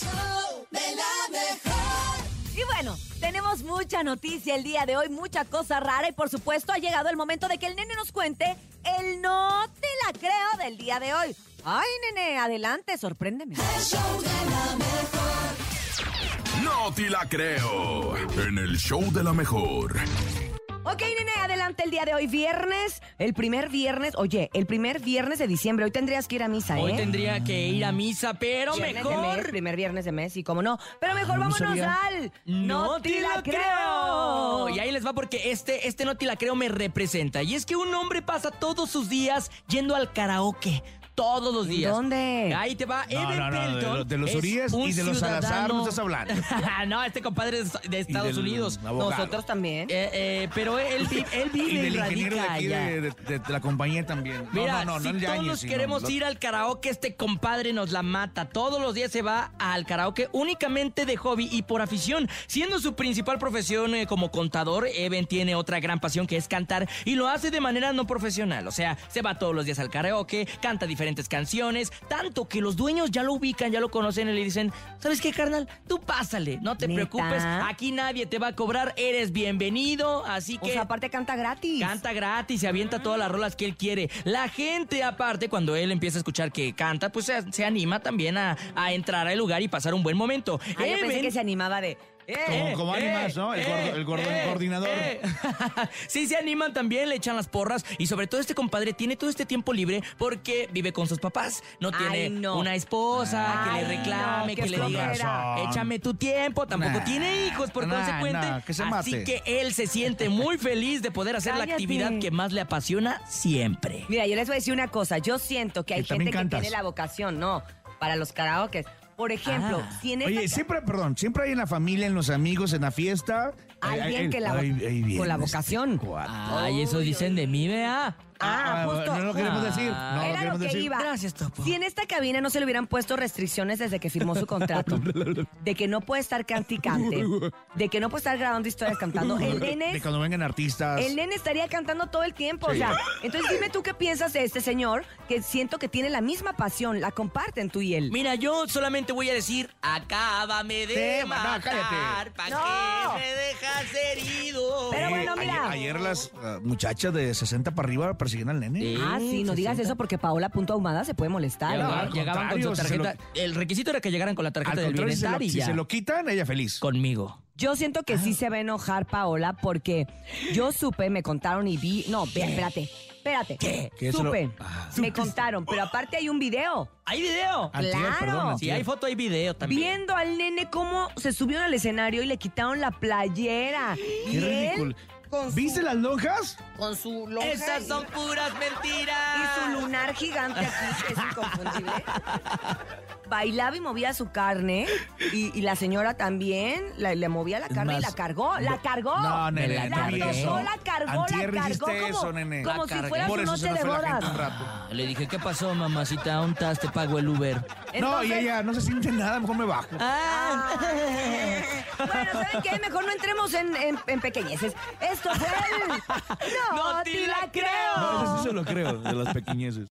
show de la mejor. Y bueno, tenemos mucha noticia el día de hoy, mucha cosa rara y por supuesto ha llegado el momento de que el nene nos cuente el no te la creo del día de hoy. Ay, nene, adelante, sorpréndeme. El show de la mejor. No te la creo. En el show de la mejor. Ok, nene, adelante el día de hoy, viernes, el primer viernes, oye, el primer viernes de diciembre, hoy tendrías que ir a misa, Hoy ¿eh? tendría que ir a misa, pero Viernes de mes, mejor. primer viernes de mes, y cómo no. Pero mejor No vámonos sabía. al... te la creo! Y ahí les va porque este, este no te la creo me representa. Y es que un hombre pasa todos sus días yendo al karaoke. Todos los días. dónde? Ahí te va. No, Evan no, no, de, Pelton lo- de los es Urias un y de los Salazar ciudadano- no estás hablando. no, este compadre es de Estados del Unidos. abogado. Nosotros también. Eh, eh, pero él, vi- él vive y Y del ingeniero de radica aquí allá. de, de- de- de la compañía también. No, Mira, no, no, si no el todos Yañez, sino queremos los- ir al karaoke, este compadre nos la mata. Todos los días se va al karaoke únicamente de hobby y por afición. Siendo su principal profesión eh, como contador, Evan tiene otra gran pasión que es cantar y lo hace de manera no profesional. O sea, se va todos los días al karaoke, canta diferentes canciones, tanto que los dueños ya lo ubican, ya lo conocen y le dicen, ¿sabes qué, carnal? Tú pásale, no te ¿Neta? preocupes, aquí nadie te va a cobrar, eres bienvenido, así O que... sea, aparte canta gratis. Canta gratis, se avienta todas las rolas que él quiere. La gente, aparte, cuando él empieza a escuchar que canta, pues se, se anima también a, a entrar al lugar y pasar un buen momento. Ah, yo pensé Even- que se animaba de... ¡Eh! Como- como eh, ánimas, ¿no? El gordo- el gordo- el coordinador. sí, se animan también, le echan las porras. Y sobre todo este compadre tiene todo este tiempo libre porque vive con sus papás. No Ay, tiene no. una esposa Ay, Ah, que le reclame, no, qué que le diga, flojera. échame tu tiempo. Tampoco Nah, tiene hijos, por nah, consecuente. nah, que se así mate. que él se siente muy feliz de poder hacer Cállate. la actividad que más le apasiona siempre. Mira, yo les voy a decir una cosa. Yo siento que hay Que gente también que cantas. tiene la vocación, ¿no? Para los karaokes. Por ejemplo, Ah. si en esta Oye, siempre, perdón, siempre hay en la familia, en los amigos, en la fiesta. Alguien hay- hay- que la- ahí- ahí viene con la este vocación. cuate. Ay, eso dicen de mí, vea. Ah, Ah, justo. No lo queremos decir. Ah. No lo Era lo queremos que decir. iba. Gracias, Topo. Si en esta cabina no se le hubieran puesto restricciones desde que firmó su contrato, de que no puede estar canticante, de que no puede estar grabando historias cantando, el nene, De cuando vengan artistas. el nene estaría cantando todo el tiempo. O Sí. sea, entonces dime tú qué piensas de este señor que siento que tiene la misma pasión, la comparten tú y él. Mira, yo solamente voy a decir, acábame de Te- no, matar, cállate. pa' No. que me dejas herido. Pero Eh, bueno, mira. Ayer, ayer las ah, muchachas de 60 para arriba persiguen al nene. Sí. Ah, sí, no digas 60. eso porque Paola Punto Ahumada se puede molestar. Ya Llegaba- va, ¿eh? al llegaban con su contrario, si se tarjeta. El requisito era que llegaran con la Al tarjeta del contrario, si se, bienestar lo, y si ya. se lo quitan, ella feliz. Conmigo. Yo siento que Ah. sí se va a enojar Paola porque yo supe, me contaron y vi. No, ve- espérate, espérate. ¿Qué? Eso lo- Supe, Ah. me contaron, pero aparte hay un video. ¿Hay video? Antier, Claro. perdón, Si antier. hay foto, hay video también. Viendo al nene cómo se subió al escenario y le quitaron la playera. Y Qué él ridículo. con su- ¿Viste las lonjas? Con su lonja Esas y- son puras y su mentiras. lunar gigante aquí, que es inconfundible. Bailaba y movía su carne. Y, y la señora también la- le movía la carne y la más, cargó. ¡La cargó! No, nene, la no vi cargó, eso. la cargó, Antier la hiciste cargó, como- eso, nene. como si fuera Por su eso se noche nos de fue la gente bodas. un rato. Ah, Le dije, ¿qué pasó, mamacita? ¿Un tas? Te pago el Uber. No, Entonces- y ella no se siente nada, mejor me bajo. Bueno, ¿saben qué? Mejor no entremos en, en- en pequeñeces. Esto fue el... No te la creo. No, eso sí se lo creo, de las pequeñeces.